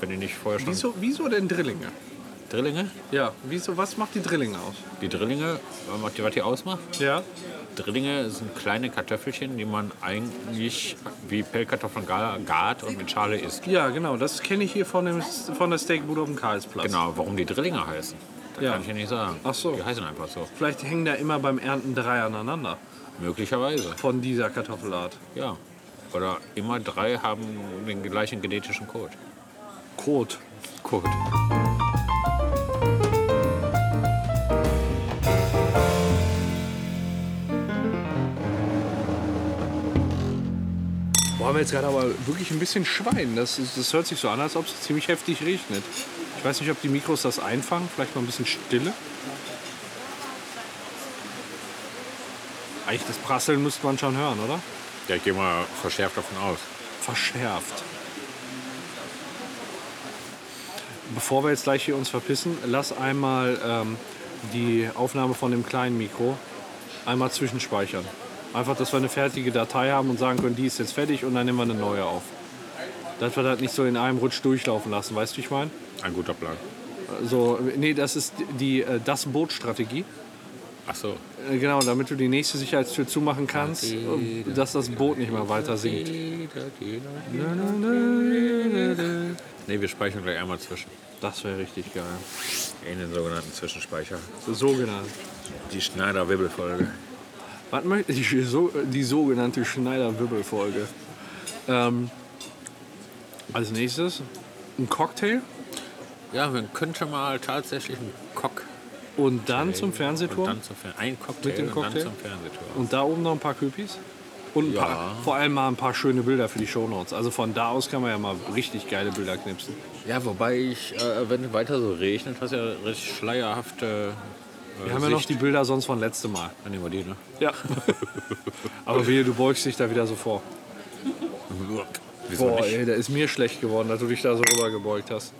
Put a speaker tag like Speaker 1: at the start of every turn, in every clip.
Speaker 1: wenn die nicht vorher schon.
Speaker 2: Wieso, wieso denn Drillinge?
Speaker 1: Drillinge?
Speaker 2: Ja, wieso, was macht die Drillinge aus?
Speaker 1: Die Drillinge, äh, macht ihr, was die ausmacht?
Speaker 2: Ja.
Speaker 1: Drillinge sind kleine Kartoffelchen, die man eigentlich wie Pellkartoffeln gar- gart und mit Schale isst.
Speaker 2: Ja, genau, das kenne ich hier von, dem, von der Steakbude auf dem Karlsplatz.
Speaker 1: Genau, warum die Drillinge heißen, das
Speaker 2: Ja.
Speaker 1: kann ich ja nicht sagen.
Speaker 2: Ach so.
Speaker 1: Die heißen einfach so.
Speaker 2: Vielleicht hängen da immer beim Ernten drei aneinander
Speaker 1: Möglicherweise,
Speaker 2: von dieser Kartoffelart.
Speaker 1: ja. Oder immer drei haben den gleichen genetischen Code.
Speaker 2: Kot.
Speaker 1: Code.
Speaker 2: Boah, haben wir jetzt gerade aber wirklich ein bisschen Schwein. Das, ist, das hört sich so an, als ob es ziemlich heftig regnet. Ich weiß nicht, ob die Mikros das einfangen. Vielleicht mal ein bisschen Stille. Eigentlich das Prasseln müsste man schon hören, oder?
Speaker 1: Ja, ich gehe mal verschärft davon aus.
Speaker 2: verschärft. Bevor wir jetzt gleich hier uns verpissen, lass einmal ähm, die Aufnahme von dem kleinen Mikro einmal zwischenspeichern. Einfach, dass wir eine fertige Datei haben und sagen können, die ist jetzt fertig und dann nehmen wir eine neue auf. Dass wir das nicht so in einem Rutsch durchlaufen lassen, weißt du, wie ich meine?
Speaker 1: Ein guter Plan.
Speaker 2: So, nee, das ist die äh, Das-Boot-Strategie.
Speaker 1: Ach so.
Speaker 2: Äh, Genau, damit du die nächste Sicherheitstür zumachen kannst, äh, dass das Boot nicht mehr weiter sinkt.
Speaker 1: Nee, wir speichern gleich einmal zwischen.
Speaker 2: Das wäre richtig geil.
Speaker 1: In den sogenannten Zwischenspeicher.
Speaker 2: Sogenannt.
Speaker 1: Die Schneider-Wibbelfolge.
Speaker 2: Was möchte ich? So, die sogenannte Schneider-Wibbel-Folge. Ähm, als nächstes ein Cocktail
Speaker 1: Ja, man könnte mal tatsächlich einen Cock
Speaker 2: und dann zum
Speaker 1: und
Speaker 2: Fernsehturm.
Speaker 1: dann zum Fer ein Cocktail,
Speaker 2: Mit dem
Speaker 1: und
Speaker 2: Cocktail?
Speaker 1: dann zum Fernsehturm.
Speaker 2: Und da oben noch ein paar Küpis. Und ein
Speaker 1: Ja.
Speaker 2: paar, vor allem mal ein paar schöne Bilder für die Shownotes. Also von da aus kann man ja mal richtig geile Bilder knipsen.
Speaker 1: Ja, wobei ich, äh, wenn es weiter so regnet, hast du ja richtig schleierhafte äh,
Speaker 2: Wir haben ja noch die Bilder sonst von letztem Mal.
Speaker 1: Dann nehmen wir die, ne?
Speaker 2: Ja. Aber wehe, du beugst dich da wieder so vor.
Speaker 1: Wieso
Speaker 2: Boah,
Speaker 1: nicht?
Speaker 2: ey, da ist mir schlecht geworden, dass du dich da so rüber gebeugt hast.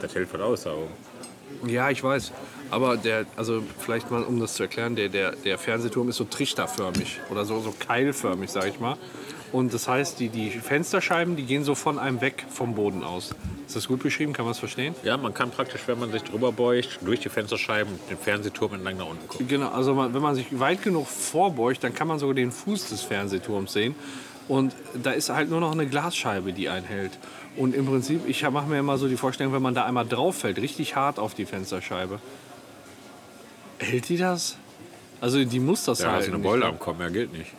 Speaker 1: Das hält von aus, da oben.
Speaker 2: Ja, ich weiß. Aber der, also vielleicht mal, um das zu erklären, der, der, der Fernsehturm ist so trichterförmig oder so, so keilförmig, sag ich mal. Und das heißt, die, die Fensterscheiben, die gehen so von einem weg vom Boden aus. Ist das gut beschrieben? Kann man es verstehen?
Speaker 1: Ja, man kann praktisch, wenn man sich drüber beugt, durch die Fensterscheiben den Fernsehturm entlang nach unten gucken.
Speaker 2: Genau, also man, wenn man sich weit genug vorbeugt, dann kann man sogar den Fuß des Fernsehturms sehen. Und da ist halt nur noch eine Glasscheibe, die einhält. Und im Prinzip, ich mache mir immer so die Vorstellung, wenn man da einmal drauf fällt, richtig hart auf die Fensterscheibe. Hält die das? Also die muss das
Speaker 1: Da
Speaker 2: halten.
Speaker 1: hast du eine
Speaker 2: ich
Speaker 1: Beule
Speaker 2: glaub.
Speaker 1: am Kommen, ja, gilt nicht.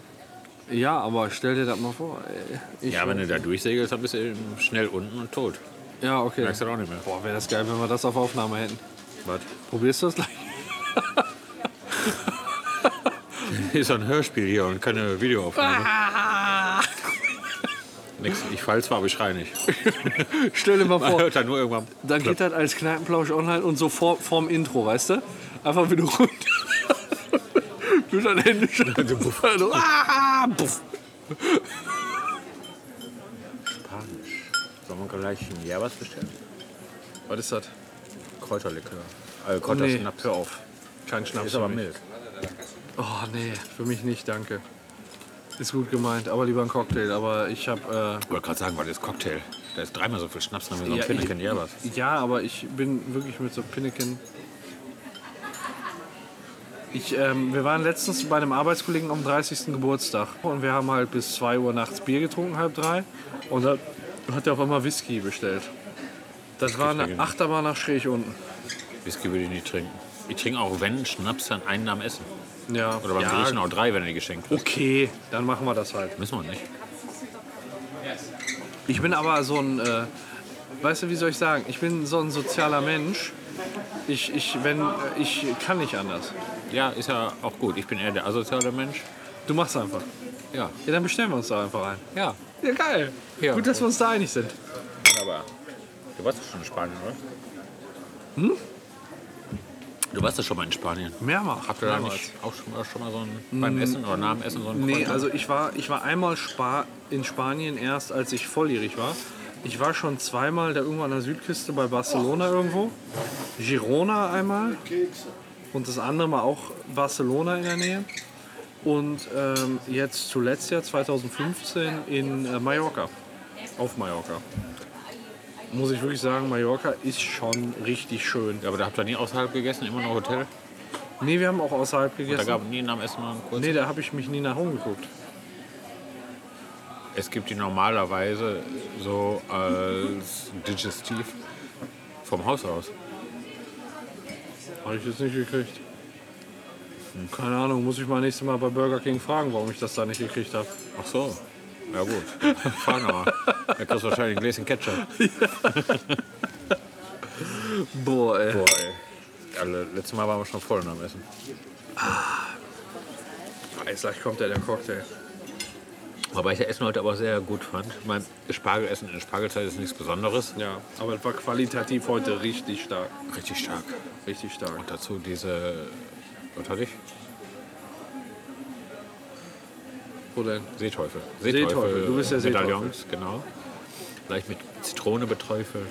Speaker 2: Ja, aber stell dir das mal vor. ey. Ich
Speaker 1: Ja, wenn du da durchsegelst, dann bist du eben schnell unten und tot.
Speaker 2: ja okay.
Speaker 1: Merkst du das auch nicht mehr.
Speaker 2: Boah, wäre das geil, wenn wir das auf Aufnahme hätten.
Speaker 1: Was?
Speaker 2: Probierst du das gleich?
Speaker 1: Hier ist doch ein Hörspiel hier und keine Videoaufnahme.
Speaker 2: Ah.
Speaker 1: Nix, ich fall zwar, aber ich schreie nicht.
Speaker 2: Stell dir mal
Speaker 1: Man
Speaker 2: vor,
Speaker 1: hört dann nur irgendwann.
Speaker 2: Dann geht das als Kneipenplausch online und so vor, vorm Intro, weißt du? Einfach wieder runter. Du dann Hände schütteln. Also, ah, puff.
Speaker 1: Spanisch. Sollen wir gleich ein Jahr was bestellen?
Speaker 2: Was ist das?
Speaker 1: Kräuterlikör. Äh, Kräuterschnaps.
Speaker 2: hör auf. Kein Schnaps.
Speaker 1: Ist aber
Speaker 2: für mich.
Speaker 1: mild.
Speaker 2: Oh nee, für mich nicht, danke. Ist gut gemeint, aber lieber ein Cocktail. Aber ich äh, habe.
Speaker 1: Ich wollte gerade sagen, weil das ist Cocktail. Da ist dreimal so viel Schnaps drin wie so ein
Speaker 2: Ja,
Speaker 1: ja, Pinneken.
Speaker 2: ich-
Speaker 1: Ja, was?
Speaker 2: Äh, ja, aber ich bin wirklich mit so Pinneken. Ich, ähm, wir waren letztens bei einem Arbeitskollegen am 30. Geburtstag und wir haben halt bis 2 Uhr nachts Bier getrunken, halb drei. Und dann hat er auf einmal Whisky bestellt. Das war eine
Speaker 1: trinke nicht.
Speaker 2: Achterbahn nach schräg unten.
Speaker 1: Whisky würde ich nicht trinken. Ich trinke auch, wenn Schnaps, dann einen am Essen.
Speaker 2: Ja.
Speaker 1: Oder eh beim
Speaker 2: ja,
Speaker 1: Griechen auch drei, wenn er die geschenkt kriegt.
Speaker 2: Okay, dann machen wir das halt.
Speaker 1: Müssen wir nicht.
Speaker 2: Ich bin aber so ein, äh, weißt du, wie soll ich sagen? Ich bin so ein sozialer Mensch. Ich, ich, wenn, äh, ich kann nicht anders.
Speaker 1: Ja, ist ja auch gut. Ich bin eher der asoziale Mensch.
Speaker 2: Du machst einfach.
Speaker 1: Ja,
Speaker 2: Ja, dann bestellen wir uns da einfach ein.
Speaker 1: ja.
Speaker 2: Ja, geil.
Speaker 1: Ja.
Speaker 2: Gut, dass wir uns da einig sind.
Speaker 1: Aber du warst doch schon in Spanien, oder? Hm? Du warst doch schon mal in Spanien.
Speaker 2: Mehrmals.
Speaker 1: Habt ihr da
Speaker 2: Mehrmals.
Speaker 1: nicht auch schon mal, schon mal so ein, beim Essen oder nach dem Essen so ein
Speaker 2: Mm. Nee, also ich war, ich war einmal Spa in Spanien erst, als ich volljährig war. Ich war schon zweimal da irgendwo an der Südküste bei Barcelona irgendwo. Girona einmal. Und das andere Mal auch Barcelona in der Nähe. Und ähm, jetzt zuletzt ja 2015 in äh, Mallorca. Auf Mallorca. muss ich wirklich sagen, Mallorca ist schon richtig schön.
Speaker 1: Ja, aber da habt ihr nie außerhalb gegessen, immer noch Hotel?
Speaker 2: Nee, wir haben auch außerhalb
Speaker 1: Da
Speaker 2: gegessen.
Speaker 1: gab es nie nach dem Essen mal einen kurzen.
Speaker 2: nee, da habe ich mich nie nach umgeguckt.
Speaker 1: Es gibt die normalerweise so als Digestiv vom Haus aus.
Speaker 2: Habe ich jetzt nicht gekriegt. Keine Ahnung, muss ich mal nächstes Mal bei Burger King fragen, warum ich das da nicht gekriegt habe.
Speaker 1: Ach so. Ja gut. Fahren wir mal. Da kriegst du wahrscheinlich ein Gläschen Ketchup.
Speaker 2: Boah, ey.
Speaker 1: Boah, ey. Alle, letztes Mal waren wir schon voll am Essen.
Speaker 2: Jetzt gleich kommt ja der Cocktail.
Speaker 1: Wobei ich das Essen heute aber sehr gut fand. Mein Spargelessen in der Spargelzeit ist nichts Besonderes.
Speaker 2: Ja, aber es war qualitativ heute richtig stark.
Speaker 1: Richtig stark.
Speaker 2: Richtig stark.
Speaker 1: Und dazu diese. Was hatte ich?
Speaker 2: Wo denn?
Speaker 1: Seeteufel.
Speaker 2: Seeteufel, du bist der
Speaker 1: Medaillons, genau. Leicht mit Zitrone beträufelt.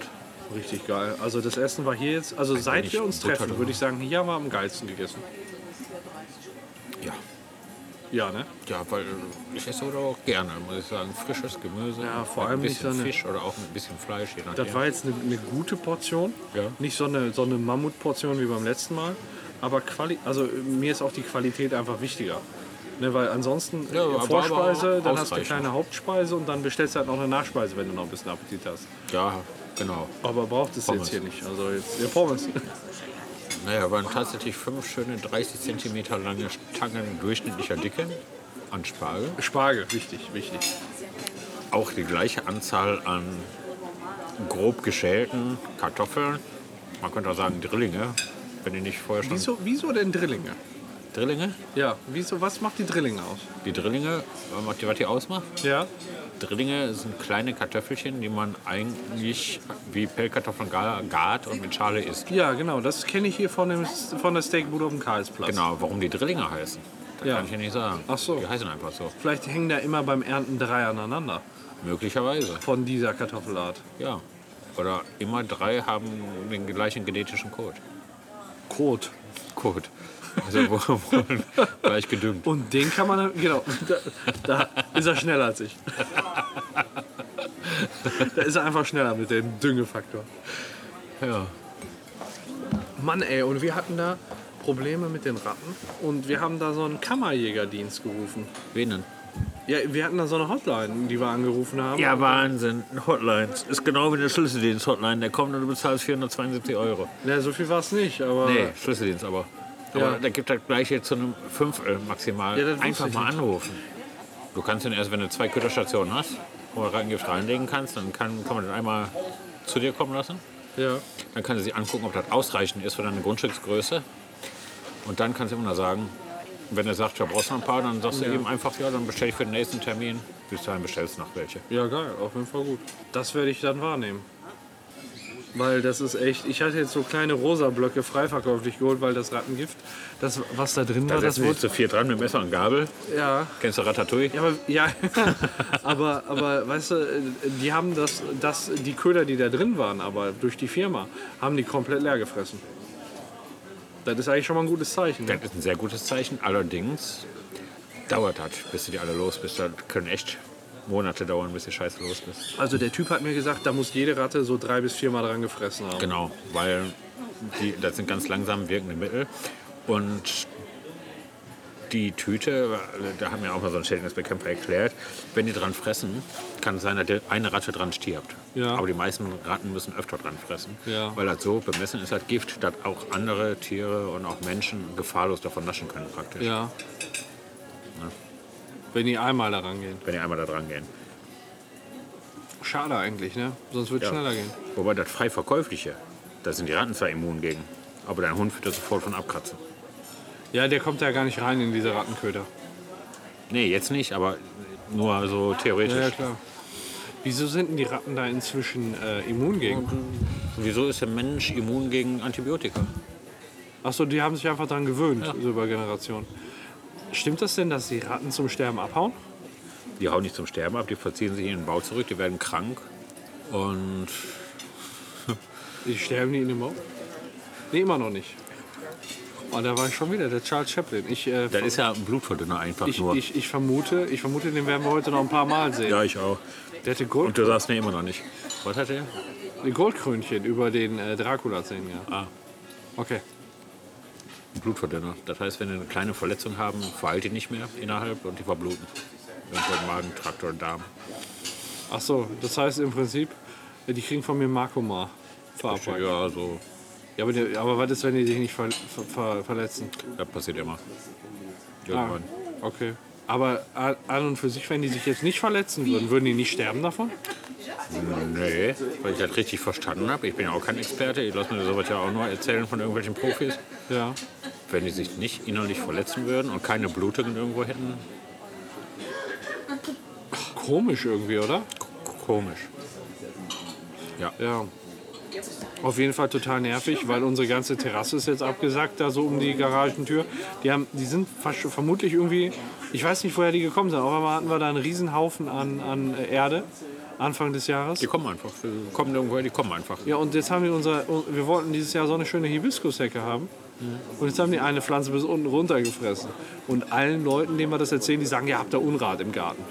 Speaker 2: Richtig geil. Also das Essen war hier jetzt, also seit
Speaker 1: nicht
Speaker 2: wir uns
Speaker 1: Butter
Speaker 2: treffen,
Speaker 1: drin.
Speaker 2: würde ich sagen, hier haben wir am geilsten gegessen.
Speaker 1: Ja.
Speaker 2: Ja, ne?
Speaker 1: Ja, weil ich esse oder auch gerne, muss ich sagen. Frisches Gemüse.
Speaker 2: Ja, vor
Speaker 1: mit
Speaker 2: allem
Speaker 1: ein
Speaker 2: nicht
Speaker 1: bisschen
Speaker 2: so eine-
Speaker 1: Fisch oder auch mit ein bisschen Fleisch. Je
Speaker 2: Das
Speaker 1: nachdem.
Speaker 2: war jetzt eine, eine gute Portion.
Speaker 1: Ja.
Speaker 2: Nicht so eine, so eine Mammutportion wie beim letzten Mal. Aber Quali also äh, mir ist auch die Qualität einfach wichtiger. Ne, weil ansonsten äh,
Speaker 1: Ja, aber-
Speaker 2: Vorspeise,
Speaker 1: aber
Speaker 2: dann hast du eine
Speaker 1: ausreichend.
Speaker 2: kleine Hauptspeise und dann bestellst du halt noch eine Nachspeise, wenn du noch ein bisschen Appetit hast.
Speaker 1: Ja, genau.
Speaker 2: Aber braucht es jetzt
Speaker 1: Pommes.
Speaker 2: hier nicht. Also jetzt ja, Pommes.
Speaker 1: Naja, waren tatsächlich fünf schöne 30 cm lange Stangen durchschnittlicher Dicke an Spargel.
Speaker 2: Spargel, wichtig, wichtig.
Speaker 1: Auch die gleiche Anzahl an grob geschälten Kartoffeln. Man könnte auch sagen Drillinge, wenn die nicht vorher schon.
Speaker 2: Wieso, wieso denn Drillinge?
Speaker 1: Drillinge?
Speaker 2: Ja, wieso, was macht die Drillinge aus?
Speaker 1: Die Drillinge, was die, was die ausmacht?
Speaker 2: Ja.
Speaker 1: Drillinge sind kleine Kartoffelchen, die man eigentlich wie Pellkartoffeln gar- gart und mit Schale isst.
Speaker 2: Ja, genau, das kenne ich hier von, dem, von der Steakbude auf dem Karlsplatz.
Speaker 1: Genau, warum die Drillinge heißen, das
Speaker 2: Ja.
Speaker 1: kann ich ja nicht sagen.
Speaker 2: Ach so.
Speaker 1: Die heißen einfach so.
Speaker 2: Vielleicht hängen da immer beim Ernten drei aneinander
Speaker 1: Möglicherweise,
Speaker 2: von dieser Kartoffelart.
Speaker 1: ja. Oder immer drei haben den gleichen genetischen Code.
Speaker 2: Kot.
Speaker 1: Code. Also wo- wo- gleich gedüngt.
Speaker 2: Und den kann man, genau, da, da ist er schneller als ich. Da ist er einfach schneller mit dem Düngefaktor.
Speaker 1: Ja.
Speaker 2: Mann, ey, und wir hatten da Probleme mit den Ratten und wir haben da so einen Kammerjägerdienst gerufen.
Speaker 1: Wen denn?
Speaker 2: Ja, wir hatten da so eine Hotline, die wir angerufen haben.
Speaker 1: Ja, Wahnsinn. Hotlines. Ist genau wie der Schlüsseldienst-Hotline. Der kommt und du bezahlst 472 Euro.
Speaker 2: Na, so viel war es nicht, aber.
Speaker 1: Nee, Schlüsseldienst aber. Aber
Speaker 2: Ja.
Speaker 1: da gibt halt das gleiche zu einem Fünftel maximal.
Speaker 2: Ja, das wusste
Speaker 1: Einfach
Speaker 2: ich
Speaker 1: mal
Speaker 2: nicht.
Speaker 1: anrufen. Du kannst ihn erst, wenn du zwei Kühlerstationen hast, wo du Rattengift reinlegen kannst, dann kann, kann man den einmal zu dir kommen lassen.
Speaker 2: Ja.
Speaker 1: Dann kannst du sich angucken, ob das ausreichend ist für deine Grundstücksgröße. Und dann kannst du immer noch sagen, wenn er sagt, ja, brauchst du noch ein paar, dann sagst du ihm einfach, ja, dann bestell ich für den nächsten Termin. Bis dahin bestellst du noch welche.
Speaker 2: Ja, geil, auf jeden Fall gut. Das werde ich dann wahrnehmen. Weil das ist echt, ich hatte jetzt so kleine rosa Blöcke freiverkäuflich geholt, weil das Rattengift, das was da drin war, das wurde
Speaker 1: Also zu vier dran mit Messer und Gabel.
Speaker 2: ja,
Speaker 1: Kennst du Ratatouille?
Speaker 2: ja, aber, ja. aber aber weißt du, äh, die haben das das die Köder, die da drin waren, aber durch die Firma haben die komplett leer gefressen. Das ist eigentlich schon mal ein gutes Zeichen. ne?
Speaker 1: Das ist ein sehr gutes Zeichen. Allerdings dauert das, bis du die alle los bist. Das können echt Monate dauern, bis die Scheiße los bist.
Speaker 2: Also der Typ hat mir gesagt, da muss jede Ratte so drei bis viermal dran gefressen haben.
Speaker 1: Genau, weil die, das sind ganz langsam wirkende Mittel. Und die Tüte, da haben wir auch mal so ein Schädlingsbekämpfer erklärt, wenn die dran fressen, kann es sein, dass die eine Ratte dran stirbt.
Speaker 2: Ja.
Speaker 1: Aber die meisten Ratten müssen öfter dran fressen,
Speaker 2: Ja.
Speaker 1: weil das so bemessen ist, das Gift, dass auch andere Tiere und auch Menschen gefahrlos davon naschen können praktisch.
Speaker 2: Genau. Ja. Wenn die einmal da rangehen.
Speaker 1: Wenn die einmal da dran gehen.
Speaker 2: Schade eigentlich, ne? Sonst wird es
Speaker 1: Ja.
Speaker 2: schneller gehen.
Speaker 1: Wobei das frei verkäufliche, da sind die Ratten zwar immun gegen, aber dein Hund wird das sofort von abkratzen.
Speaker 2: Ja, der kommt ja gar nicht rein in diese Rattenköder.
Speaker 1: Nee, jetzt nicht, aber nur so theoretisch.
Speaker 2: klar. Wieso sind denn die Ratten da inzwischen äh, immun gegen?
Speaker 1: Wieso ist der Mensch immun gegen Antibiotika?
Speaker 2: Achso, die haben sich einfach daran gewöhnt, so über Generationen. Stimmt das denn, dass die Ratten zum Sterben abhauen?
Speaker 1: Die hauen nicht zum Sterben ab, die verziehen sich in den Bau zurück, die werden krank. Und
Speaker 2: Die sterben die in dem Bau? Nee, immer noch nicht. Oh, da war ich schon wieder, der Charles Chaplin. Ich, äh,
Speaker 1: das ist ja ein Blutverdünner einfach
Speaker 2: ich,
Speaker 1: nur.
Speaker 2: ich, ich, vermute, ich vermute, den werden wir heute noch ein paar Mal sehen.
Speaker 1: ja, ich auch.
Speaker 2: Der hätte
Speaker 1: Und
Speaker 2: Gold.
Speaker 1: du sagst mir immer noch nicht. Was hat er?
Speaker 2: Ein Goldkrönchen über den äh, Dracula sehen, ja.
Speaker 1: Ah.
Speaker 2: Okay.
Speaker 1: Blutverdünner. Das heißt, wenn die eine kleine Verletzung haben, verheilt die nicht mehr innerhalb und die verbluten. Irgendwann Magen, Traktor, Darm.
Speaker 2: Ach so, das heißt im Prinzip, äh, die kriegen von mir Markomar verabreicht.
Speaker 1: Ja, so.
Speaker 2: Ja, aber, der- aber was ist, wenn die sich nicht ver, ver, ver, verletzen?
Speaker 1: Das passiert immer. Irgendwann.
Speaker 2: Okay. Aber a- an und für sich, wenn die sich jetzt nicht verletzen würden, würden die nicht sterben davon?
Speaker 1: Nee, weil ich das richtig verstanden habe. Ich bin ja auch kein Experte. Ich lasse mir sowas ja auch nur erzählen von irgendwelchen Profis.
Speaker 2: Ja.
Speaker 1: Wenn die sich nicht innerlich verletzen würden und keine Blutungen irgendwo hätten,
Speaker 2: Komisch irgendwie, oder?
Speaker 1: k- komisch.
Speaker 2: Ja. Auf jeden Fall total nervig, weil unsere ganze Terrasse ist jetzt abgesagt, da so um die Garagentür. Die, haben, die sind versch- vermutlich irgendwie, ich weiß nicht, woher die gekommen sind. Auf einmal hatten wir da einen Riesenhaufen an, an Erde Anfang des Jahres.
Speaker 1: Die kommen einfach. Die kommen irgendwoher, die kommen einfach.
Speaker 2: Ja, und jetzt haben wir unser, wir wollten dieses Jahr so eine schöne Hibiskushecke haben.
Speaker 1: Mhm.
Speaker 2: Und jetzt haben die eine Pflanze bis unten runtergefressen. Und allen Leuten, denen wir das erzählen, die sagen, ja, habt ihr Unrat im Garten.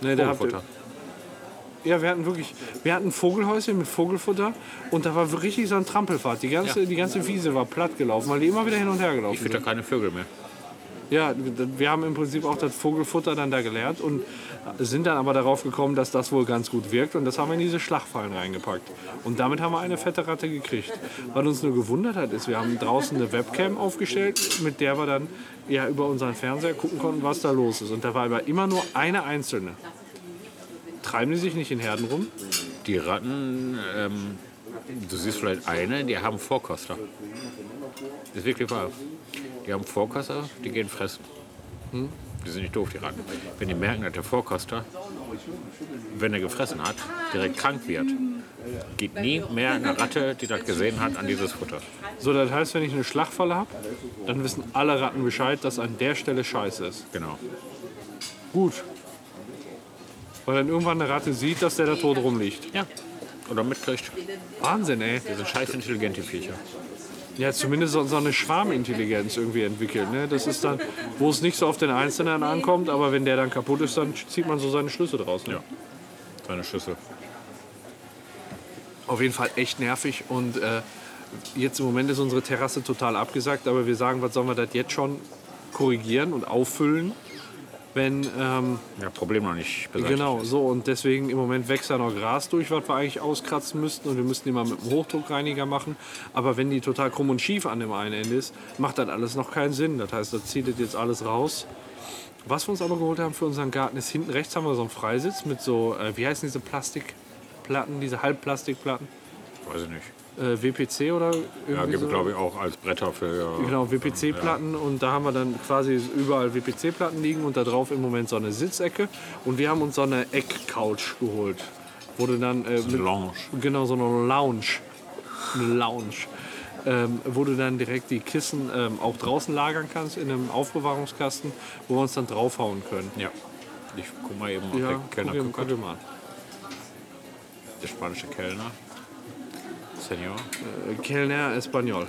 Speaker 2: Ne, da habt ihr,
Speaker 1: Vogelfutter.
Speaker 2: Ja, wir hatten wirklich, wir hatten ein Vogelhäuschen mit Vogelfutter und da war richtig so ein Trampelfahrt. Die ganze,
Speaker 1: Ja.
Speaker 2: die ganze Wiese war platt gelaufen, weil die immer wieder hin und her gelaufen
Speaker 1: Ich fütter keine Vögel mehr.
Speaker 2: sind. Ja, wir haben im Prinzip auch das Vogelfutter dann da gelernt und sind dann aber darauf gekommen, dass das wohl ganz gut wirkt und das haben wir in diese Schlachfallen reingepackt. Und damit haben wir eine fette Ratte gekriegt. Was uns nur gewundert hat, ist, wir haben draußen eine Webcam aufgestellt, mit der wir dann ja über unseren Fernseher gucken konnten, was da los ist. Und da war aber immer nur eine einzelne. Treiben die sich nicht in Herden rum?
Speaker 1: Die Ratten, ähm, du siehst vielleicht eine, die haben Vorkoster. Ist wirklich wahr. Die haben Vorkoster, die gehen fressen.
Speaker 2: Hm?
Speaker 1: Die sind nicht doof, die Ratten. Wenn die merken, dass der Vorkoster, wenn er gefressen hat, direkt krank wird, geht nie mehr eine Ratte, die das gesehen hat, an dieses Futter.
Speaker 2: So, das heißt, wenn ich eine Schlachtfalle habe, dann wissen alle Ratten Bescheid, dass an der Stelle scheiße ist.
Speaker 1: Genau.
Speaker 2: Gut. Weil dann irgendwann eine Ratte sieht, dass der da tot rumliegt.
Speaker 1: Ja. Oder mitkriegt.
Speaker 2: Wahnsinn, ey.
Speaker 1: Die sind scheiß intelligente Viecher.
Speaker 2: Ja, zumindest so, so eine Schwarmintelligenz irgendwie entwickelt. Ne? Das ist dann, wo es nicht so auf den Einzelnen ankommt, aber wenn der dann kaputt ist, dann zieht man so seine Schlüsse draus. Ne?
Speaker 1: Ja. Seine Schüssel.
Speaker 2: Auf jeden Fall echt nervig und äh, jetzt im Moment ist unsere Terrasse total abgesagt, aber wir sagen, was sollen wir das jetzt schon korrigieren und auffüllen, wenn... Ähm,
Speaker 1: Ja, Problem noch nicht beseitigt.
Speaker 2: Genau, so und deswegen im Moment wächst da noch Gras durch, was wir eigentlich auskratzen müssten und wir müssten immer mit dem Hochdruckreiniger machen. Aber wenn die total krumm und schief an dem einen Ende ist, macht das alles noch keinen Sinn. Das heißt, da zieht das jetzt alles raus. Was wir uns aber geholt haben für unseren Garten ist, hinten rechts haben wir so einen Freisitz mit so, äh, wie heißen diese Plastikplatten, diese Halbplastikplatten?
Speaker 1: Weiß ich nicht.
Speaker 2: Äh, WPC oder irgendwie
Speaker 1: Ja, gibt
Speaker 2: so?
Speaker 1: es glaube ich auch als Bretter für.
Speaker 2: Genau, WPC-Platten und da haben wir dann quasi überall WPC-Platten liegen und da drauf im Moment so eine Sitzecke und wir haben uns so eine Eckcouch geholt. Wurde dann äh, mit,
Speaker 1: Lounge.
Speaker 2: genau so eine Lounge. Eine Lounge. Ähm, wo du dann direkt die Kissen ähm, auch draußen lagern kannst in einem Aufbewahrungskasten, wo wir uns dann draufhauen können.
Speaker 1: Ja. Ich guck mal eben, ob der Kellner
Speaker 2: guck dir-
Speaker 1: guckt.
Speaker 2: guck dir mal.
Speaker 1: Der spanische Kellner. Senor.
Speaker 2: Äh, Kellner Español.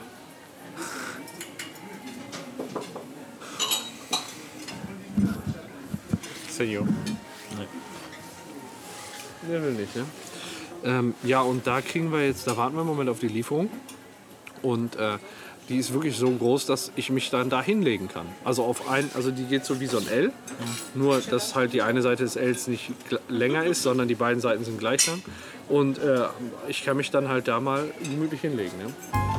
Speaker 1: Senor.
Speaker 2: Der will nicht, ne? Ähm, ja, und da kriegen wir jetzt, da warten wir im Moment auf die Lieferung. Und äh, die ist wirklich so groß, dass ich mich dann da hinlegen kann. Also auf ein, also die geht so wie so ein L. Nur, dass halt die eine Seite des Ls nicht gl- länger ist, sondern die beiden Seiten sind gleich lang. Und äh, ich kann mich dann halt da mal gemütlich hinlegen. Ne?